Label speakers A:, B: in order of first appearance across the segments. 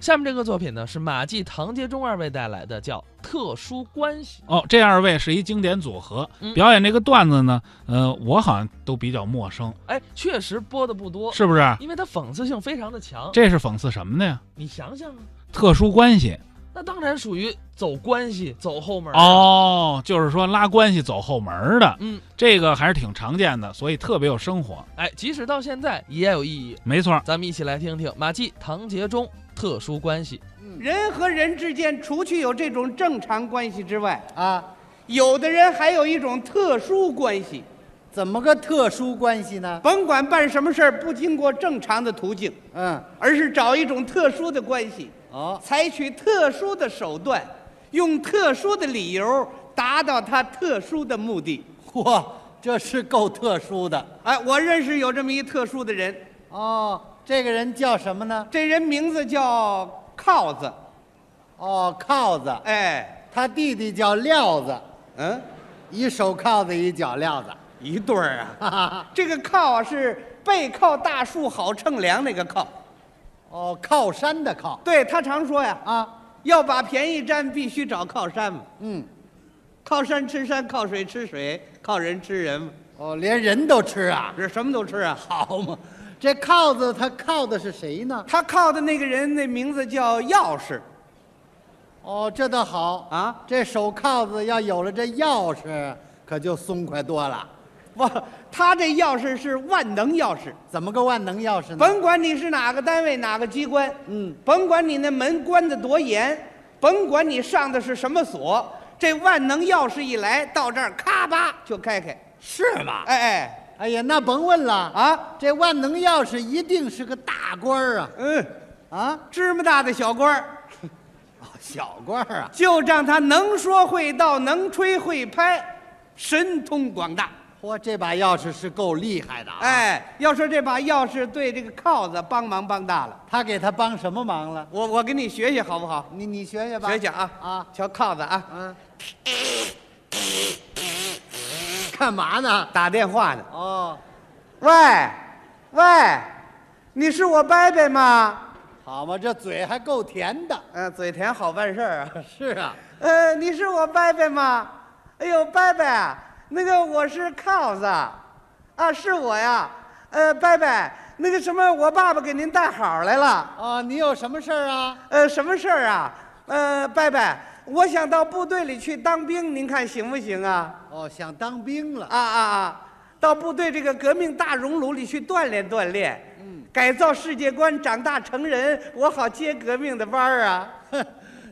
A: 下面这个作品呢是马季、唐杰忠二位带来的，叫《特殊关系》。
B: 哦，这二位是一经典组合
A: 嗯，
B: 表演这个段子呢，呃，我好像都比较陌生，
A: 哎，确实播的不多，
B: 是不是？
A: 因为它讽刺性非常的强。
B: 这是讽刺什么呢呀？
A: 你想想啊，
B: 特殊关系
A: 那当然属于走关系、走后门。，
B: 哦，就是说拉关系走后门儿的，
A: 嗯，
B: 这个还是挺常见的，所以特别有生活。
A: 哎，即使到现在也有意义。
B: 没错，
A: 咱们一起来听听马季、唐杰忠《特殊关系》。
C: 人和人之间，除去有这种正常关系之外，
D: 啊，
C: 有的人还有一种特殊关系，
D: 怎么个特殊关系呢？
C: 甭管办什么事儿，不经过正常的途径，
D: 嗯，
C: 而是找一种特殊的关系，
D: 哦，
C: 采取特殊的手段，用特殊的理由达到他特殊的目的。
D: 嚯，这是够特殊的
C: 哎，我认识有这么一特殊的人，
D: 哦。这个人叫什么呢？
C: 这人名字叫靠子，
D: 哦，铐子，
C: 哎，
D: 他弟弟叫镣子，
C: 嗯，
D: 一手铐子，一脚镣子。
C: 一对儿啊。
D: 哈哈，
C: 这个靠啊是背靠大树好乘凉那个靠。
D: 哦，靠山的靠
C: 对他常说呀，
D: 啊，
C: 要把便宜占，必须找靠山嘛。
D: 嗯，
C: 靠山吃山，靠水吃水，靠人吃人嘛。
D: 哦，连人都吃啊，
C: 这什么都吃啊，
D: 好嘛。这铐子他靠的是谁呢？
C: 他靠的那个人那名字叫钥匙
D: 哦，这倒好，
C: 啊，
D: 这手铐子要有了这钥匙，可就松快多了。
C: 不，他这钥匙是万能钥匙，
D: 怎么个万能钥匙呢？
C: 甭管你是哪个单位哪个机关，
D: 嗯，
C: 甭管你那门关得多严，甭管你上的是什么锁，这万能钥匙一来到这儿，咔吧就开开。
D: 是吗？
C: 哎哎
D: 哎呀，那甭问了啊。
C: 啊，
D: 这万能钥匙一定是个大官儿啊！
C: 嗯，
D: 啊，哦
C: 芝麻大的小官儿，
D: 小官儿啊！
C: 就让他能说会道，能吹会拍，神通广大。
D: 嚯，这把钥匙是够厉害的啊！，
C: 哎，要说这把钥匙对这个铐子帮忙帮大了，
D: 他给他帮什么忙了？
C: 我我给你学学好不好？
D: 你你学学吧，
C: 学学啊
D: 啊！
C: 瞧铐子啊，
D: 啊！干嘛呢？
C: 打电话呢。
D: 哦，
C: 喂，喂，你是我伯伯吗？
D: 好嘛，这嘴还够甜的。
C: 嗯、嘴甜好办事儿啊。
D: 是啊，
C: 呃，你是我伯伯吗？哎呦，伯伯，那个我是铐子，啊，是我呀。呃，伯伯，那个什么，我爸爸给您带好来了。
D: 哦，你有什么事儿啊？
C: 呃，什么事儿啊？呃，伯伯，我想到部队里去当兵，您看行不行啊？
D: 哦，想当兵了。
C: 啊啊啊！到部队这个革命大熔炉里去锻炼锻炼，嗯，改造世界观，长大成人，我好接革命的班儿啊。
D: 哼，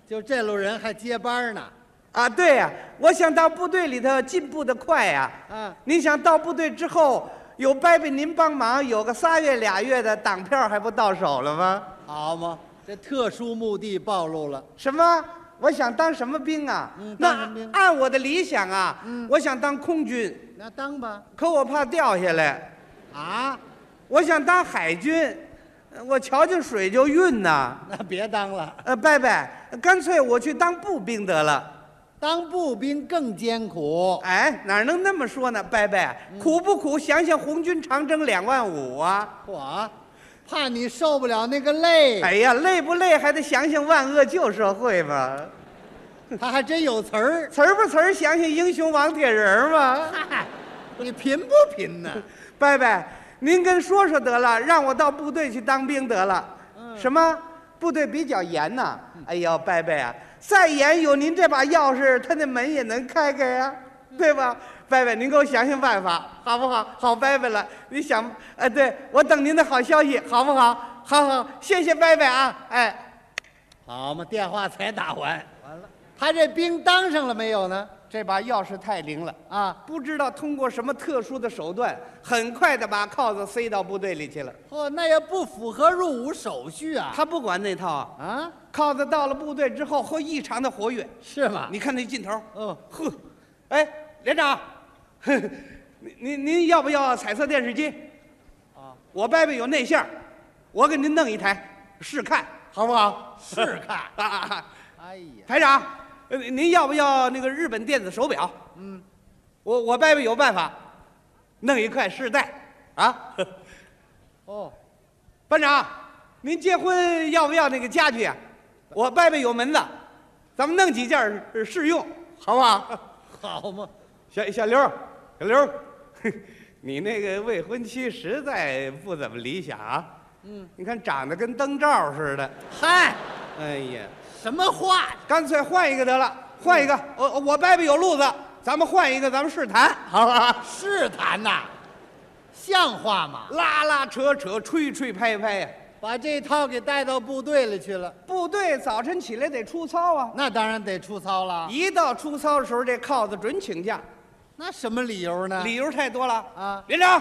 D: 就这路人还接班儿呢。
C: 啊，对呀、我想到部队里头进步的快呀、
D: 嗯
C: 你想到部队之后有伯伯您帮忙，有个仨月俩月的党票还不到手了吗？
D: 好嘛，这特殊目的暴露了。
C: 什么？我想当什么兵啊？
D: 嗯当什
C: 那
D: 么兵嗯
C: 按我的理想啊，我想当空军，
D: 那当吧。
C: 可我怕掉下来。
D: 啊，
C: 我想当海军，呃我瞧见水就晕呐、
D: 那别当了。
C: 呃，伯伯，干脆我去当步兵得了。
D: 当步兵更艰苦，
C: 哎，哪能那么说呢？伯伯，
D: 嗯
C: 苦不苦？想想红军长征两万五啊！
D: 我怕你受不了那个累。
C: 哎呀，累不累还得想想万恶旧社会嘛，
D: 他还真有词儿，
C: 词儿不词儿想想英雄王铁人嘛。
D: 你贫不贫呢？
C: 伯伯，您跟说说得了，让我到部队去当兵得了。什么？部队比较严呐、哎呦，伯伯啊，再严有您这把钥匙，他那门也能开开呀、对吧？伯伯，您给我想想办法，好不好？好，伯伯了，你想，呃，对我等您的好消息，好不好？好好，谢谢伯伯啊，哎。
D: 好嘛，电话才打完，完了，他这兵当上了没有呢？
C: 这把钥匙太灵了
D: 啊，
C: 不知道通过什么特殊的手段，很快的把铐子塞到部队里去了。
D: 嚯，哦那也不符合入伍手续啊！
C: 他不管那套啊，
D: 啊，
C: 铐子到了部队之后，会异常的活跃。
D: 是吗？
C: 你看那劲头，
D: 哦，
C: 呵，哎，连长， 呵呵您您您要不要彩色电视机？啊，我伯伯有内线儿，我给您弄一台试看。
D: 好不好？是看。
C: 啊啊啊！
D: 哎呀，
C: 台长，呃，您要不要那个日本电子手表？嗯，我我伯伯有办法，弄一块试戴啊。
D: 哦，
C: 班长，您结婚要不要那个家具啊？我外边有门子，咱们弄几件儿呃试用，好不 好？
D: 好嘛，
C: 小小刘儿，小刘儿， 你那个未婚妻实在不怎么理想啊。嗯，你看长得跟灯罩儿似的。
D: 嗨，
C: 哎呀，
D: 什么话？
C: 干脆换一个得了，换一个。我我外边有路子，咱们换一个，咱们试谈，好不好？
D: 试探呐，像话吗？
C: 拉拉扯扯，吹吹拍拍呀、
D: 把这套给带到部队里去了，
C: 部队早晨起来得出操啊，
D: 那当然得出操了。
C: 一到出操的时候，这铐子准请假，
D: 那什么理由呢？
C: 理由太多了
D: 啊
C: 连长，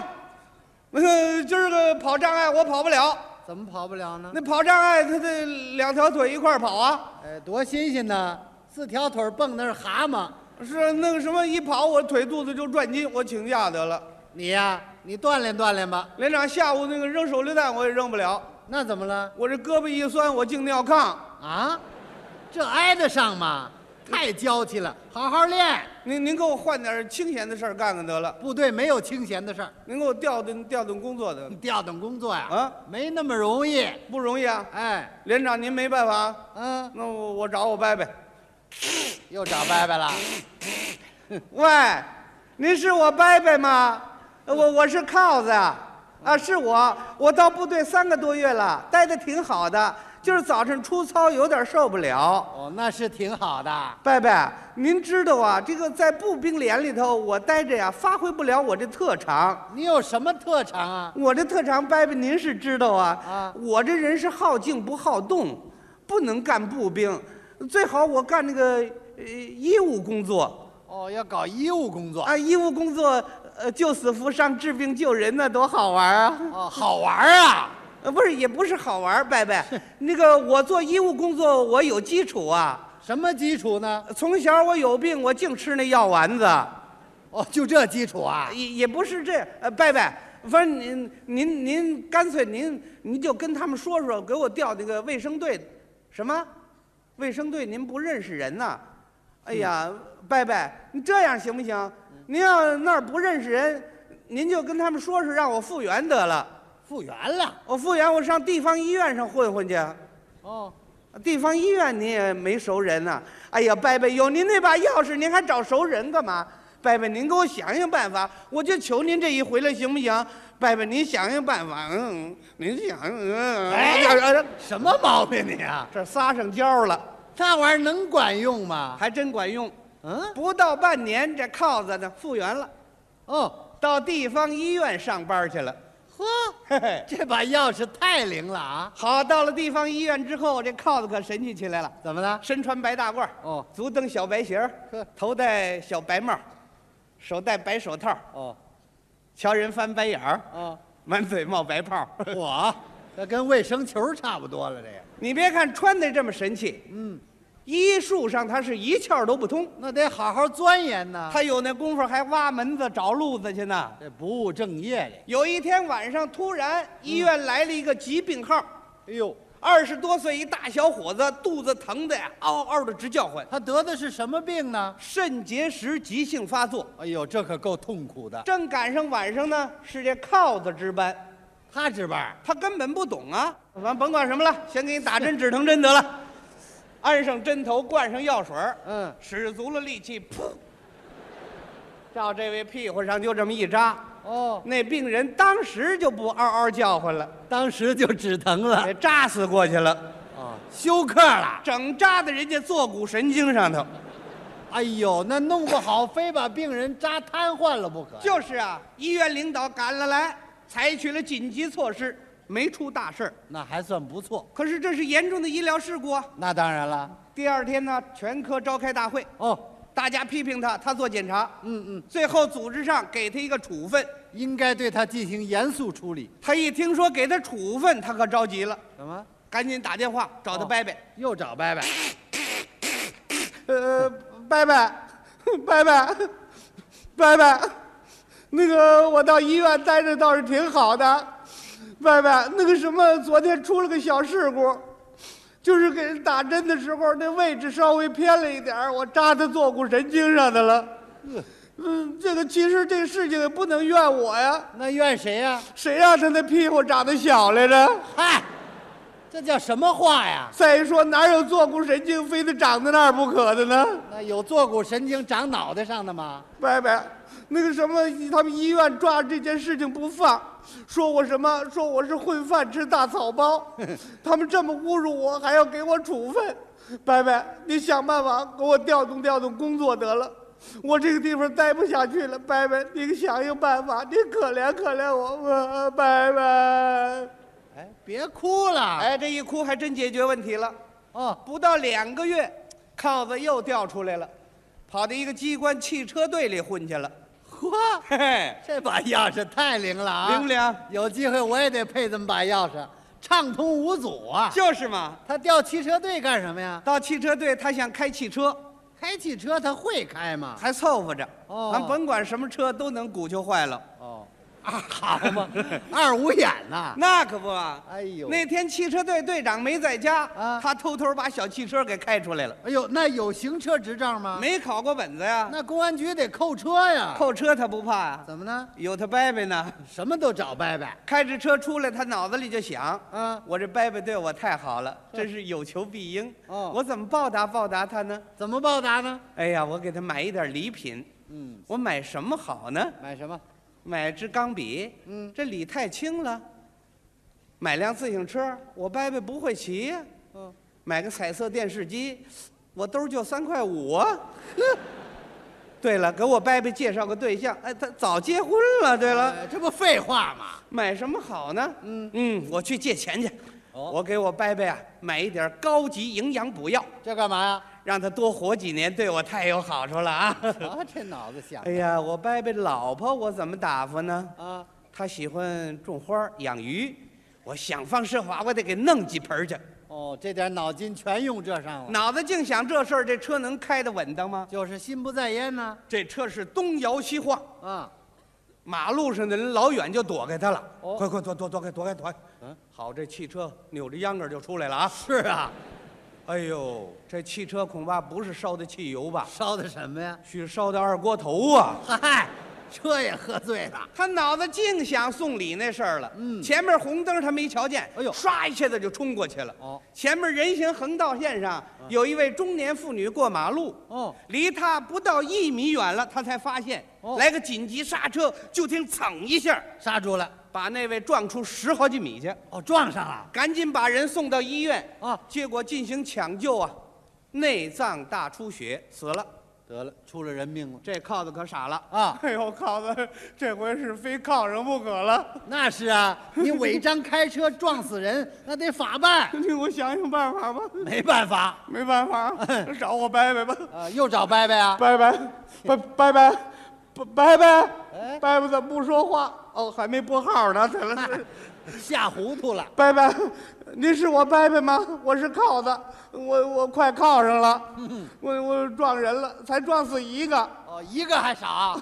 C: 呃，今儿个跑障碍我跑不了，
D: 怎么跑不了呢？
C: 那跑障碍他得两条腿一块儿跑啊，
D: 哎，多新鲜呐！四条腿蹦那是蛤蟆。
C: 是那个什么一跑我腿肚子就转筋，我请假得了。
D: 你呀、你锻炼锻炼吧。
C: 连长下午那个扔手榴弹我也扔不了，
D: 那怎么了？
C: 我这胳膊一酸我净尿炕。
D: 啊，这挨得上吗？太娇气了，好好练。
C: 您您给我换点清闲的事儿干干得了，
D: 部队没有清闲的事儿，
C: 您给我调动调动工作的
D: 你调动工作呀、
C: 啊
D: 没那么容易。
C: 不容易啊，
D: 哎，
C: 连长您没办法啊，
D: 嗯、
C: 那我我找我伯伯。
D: 又找伯伯了。
C: 喂，您是我伯伯吗？呃我我是铐子啊，啊是我，我到部队三个多月了，待的挺好的，就是早晨出操有点受不了。
D: 哦，那是挺好的。
C: 伯伯，您知道啊，这个在步兵连里头我待着呀，发挥不了我这特长。
D: 你有什么特长啊？
C: 我这特长，伯伯您是知道啊，
D: 啊
C: 我这人是好静不好动，不能干步兵，最好我干那个呃医务工作。
D: 哦，要搞医务工作。
C: 啊，医务工作，呃，救死扶伤、治病救人呢，多好玩啊！
D: 哦，好玩儿啊！
C: 呃，不是，也不是好玩儿，伯伯。那个，我做医务工作，我有基础啊。
D: 什么基础呢？
C: 从小我有病，我净吃那药丸子，
D: 哦，就这基础啊？
C: 也也不是这，呃，伯伯，反正您您您干脆您您就跟他们说说，给我调那个卫生队，什么？卫生队您不认识人呐？哎呀，伯伯，你这样行不行？您要那儿不认识人，您就跟他们说说，让我复员得了。
D: 复员了。
C: 我复员，我上地方医院上混混去。
D: 哦，
C: 地方医院你也没熟人呐、哎呀，伯伯，有您那把钥匙，您还找熟人干嘛？伯伯，您给我想想办法，我就求您这一回来行不行？伯伯，您想想办法，嗯，您想，嗯，
D: 哎
C: 哎，
D: 什么毛病你啊？
C: 这撒上胶了，
D: 那玩意儿能管用吗？
C: 还真管用。
D: 嗯，
C: 不到半年，这铐子呢复原了，
D: 哦，
C: 到地方医院上班去了。
D: 呵，
C: 嘿嘿，
D: 这把钥匙太灵了啊！
C: 好，到了地方医院之后，这铐子可神气起来了，
D: 怎么了？
C: 身穿白大褂，
D: 哦
C: 足蹬小白鞋儿
D: 呵，
C: 头戴小白帽儿，手戴白手套儿，
D: 哦
C: 瞧人翻白眼儿，
D: 哦，
C: 满嘴冒白泡儿。
D: 我这跟卫生球差不多了，这个
C: 你别看穿的这么神气，
D: 嗯，
C: 医术上他是一窍都不通，
D: 那得好好钻研呐。
C: 他有那功夫还挖门子找路子去呢。
D: 这不务正业的，
C: 有一天晚上，突
D: 嗯
C: 然医院来了一个急病号，
D: 哎呦，
C: 二十多岁一大小伙子，肚子疼的呀，嗷嗷的直叫唤，
D: 他得的是什么病呢？
C: 肾结石急性发作。
D: 哎呦，这可够痛苦的。
C: 正赶上晚上呢，是这铐子值班。
D: 他值班，
C: 他根本不懂啊！完，甭管什么了，先给你打针止疼针得了，安上针头，灌上药水儿
D: 嗯，
C: 使足了力气，噗，照这位屁股上就这么一扎，
D: 哦，
C: 那病人当时就不嗷嗷叫唤了，
D: 当时就止疼了，
C: 给扎死过去了。
D: 哦，休克了。
C: 整扎在人家坐骨神经上头。
D: 哎呦，那弄不好非把病人扎瘫痪了不可。
C: 就是啊，医院领导赶了来，采取了紧急措施，没出大事儿。
D: 那还算不错。
C: 可是这是严重的医疗事故啊！
D: 那当然了。
C: 第二天呢，全科召开大会，
D: 哦，
C: 大家批评他，他做检查，
D: 嗯嗯，
C: 最后组织上给他一个处分。
D: 应该对他进行严肃处理。
C: 他一听说给他处分，他可着急了，
D: 怎么
C: 赶紧打电话找他
D: 哦
C: 伯伯。
D: 又找伯伯？
C: 呃，伯伯，伯伯，伯伯，那个我到医院待着倒是挺好的，伯伯，那个什么，昨天出了个小事故，就是给人打针的时候，那位置稍微偏了一点儿我扎他坐骨神经上的了。嗯，这个其实这个事情也不能怨我呀。
D: 那怨谁呀、
C: 谁让他那屁股长得小来着？
D: 嗨，这叫什么话呀？
C: 再说哪有坐骨神经非得长在那儿不可的呢？
D: 那有坐骨神经长脑袋上的吗？
C: 伯伯，那个什么，他们医院抓这件事情不放，说我什么，说我是混饭吃大草 包，他们这么侮辱我，还要给我处分。伯伯，你想办法给我调动调动工作得了，我这个地方待不下去了。伯伯，你想一个办法，你可怜可怜我呃吧，伯伯。
D: 哎，别哭了。，
C: 哎，这一哭还真解决问题了。
D: 哦，
C: 不到两个月，铐子又调出来了，跑到一个机关汽车队里混去了。
D: 嚯，
C: 嘿嘿，
D: 这把钥匙太灵了啊！
C: 灵不灵？
D: 有机会我也得配这么把钥匙，畅通无阻啊！
C: 就是嘛。
D: 他调汽车队干什么呀？
C: 到汽车队，他想开汽车，
D: 开汽车他会开吗？
C: 还凑合着。
D: 哦
C: 咱甭管什么车都能鼓秋坏了。
D: 哦，二好嘛， 二五眼呐、
C: 那可不啊！
D: 哎呦
C: 那天汽车队队长没在家，
D: 啊
C: 他偷偷把小汽车给开出来了，
D: 哎呦，那有行车执照吗？，
C: 没考过本子呀。
D: 啊那公安局得扣车呀。
C: 扣车他不怕呀、
D: 怎么呢？
C: 有他伯伯呢。
D: 什么都找伯伯
C: 开着车出来，他脑子里就想：
D: 啊？
C: 我这伯伯对我太好了，真是有求必应。
D: 嗯哦
C: 我怎么报答报答他呢？
D: 怎么报答呢？
C: 哎呀，我给他买一点礼品。
D: 嗯，
C: 我买什么好呢？
D: 买什么？
C: 买支钢笔。
D: 嗯
C: 这礼太轻了。买辆自行车，我伯伯不会骑呀。
D: 嗯，
C: 买个彩色电视机，我兜儿就三块五啊。 对了，给我伯伯介绍个对象，哎，他早结婚了。对了，
D: 呃这不废话吗？
C: 买什么好呢？
D: 嗯
C: 我去借钱去。
D: 哦
C: 我给我伯伯啊买一点高级营养补药，
D: 这干嘛呀？
C: 让他多活几年，对我太有好处了啊！
D: 啊，这脑子想
C: 哎呀，我伯伯老婆我怎么打发呢？
D: 啊，
C: 她喜欢种花儿养鱼，我想方设法我得给弄几盆儿去。
D: 哦，这点脑筋全用这上了，
C: 脑子净想这事儿，这车能开得稳当吗？
D: 就是心不在焉呢。
C: 这车是东摇西晃，
D: 啊，
C: 马路上的人老远就躲开他了。
D: 哦
C: 快快躲躲躲开躲开躲开！
D: 嗯
C: 好，这汽车扭着秧歌就出来了啊！
D: 是啊，
C: 哎呦，这汽车恐怕不是烧的汽油吧？
D: 烧的什么呀？
C: 是烧的二锅头啊！
D: 嗨，这也喝醉了。
C: 他脑子净想送礼那事儿了。
D: 嗯
C: 前面红灯他没瞧见，
D: 哎呦
C: 唰一下子就冲过去了。
D: 哦啊
C: 前面人行横道线上有一位中年妇女过马路，
D: 哦，
C: 离他不到一米远了，他才发现，
D: 哦
C: 来个紧急刹车，就听噌一下，
D: 刹住了。
C: 把那位撞出十好几米去，
D: 哦，撞上了。
C: 赶紧把人送到医院
D: 啊
C: 结果进行抢救啊，内脏大出血死了。
D: 得了，出了人命了。
C: 这铐子可傻了
D: 啊
C: 哎呦，铐子，这回是非铐上不可了。
D: 那是啊，你违章开车撞死人，那得法办。
C: 你给我想想办法吧，
D: 没办法，
C: 没办 法，找我伯伯吧，
D: 呃，又找伯伯啊。
C: 伯伯，伯伯伯，伯伯伯
D: 哎，
C: 伯伯怎么不说话？哦，还没拨号呢，怎么？
D: 吓糊涂了。
C: 伯伯，您是我伯伯吗？我是铐子，我我快铐上了，我我撞人了，才撞死一个。
D: 哦，一个还少啊。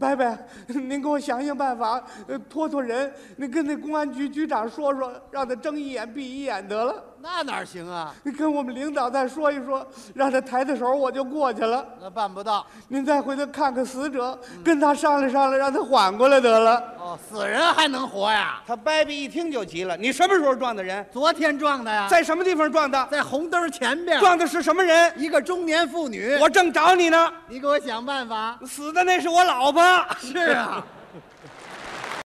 C: 伯伯，您给我想想办法，呃拖拖人，您跟那公安局局长说说，让他睁一眼闭一眼得了。
D: 那哪行啊？
C: 你跟我们领导再说一说，让他抬抬手，我就过去了。
D: 那办不到。
C: 您再回头看看死者，跟他商量商量，让他缓过来得了。
D: 哦，死人还能活呀？
C: 他伯伯一听就急了：“你什么时候撞的人？
D: 昨天撞的呀，
C: 在什么地方撞的？
D: 啊在红灯前边
C: 撞的是什么人？
D: 一个中年妇女。
C: 我正找你呢。
D: 你给我想办法。
C: 死的那是我老婆。
D: 是啊，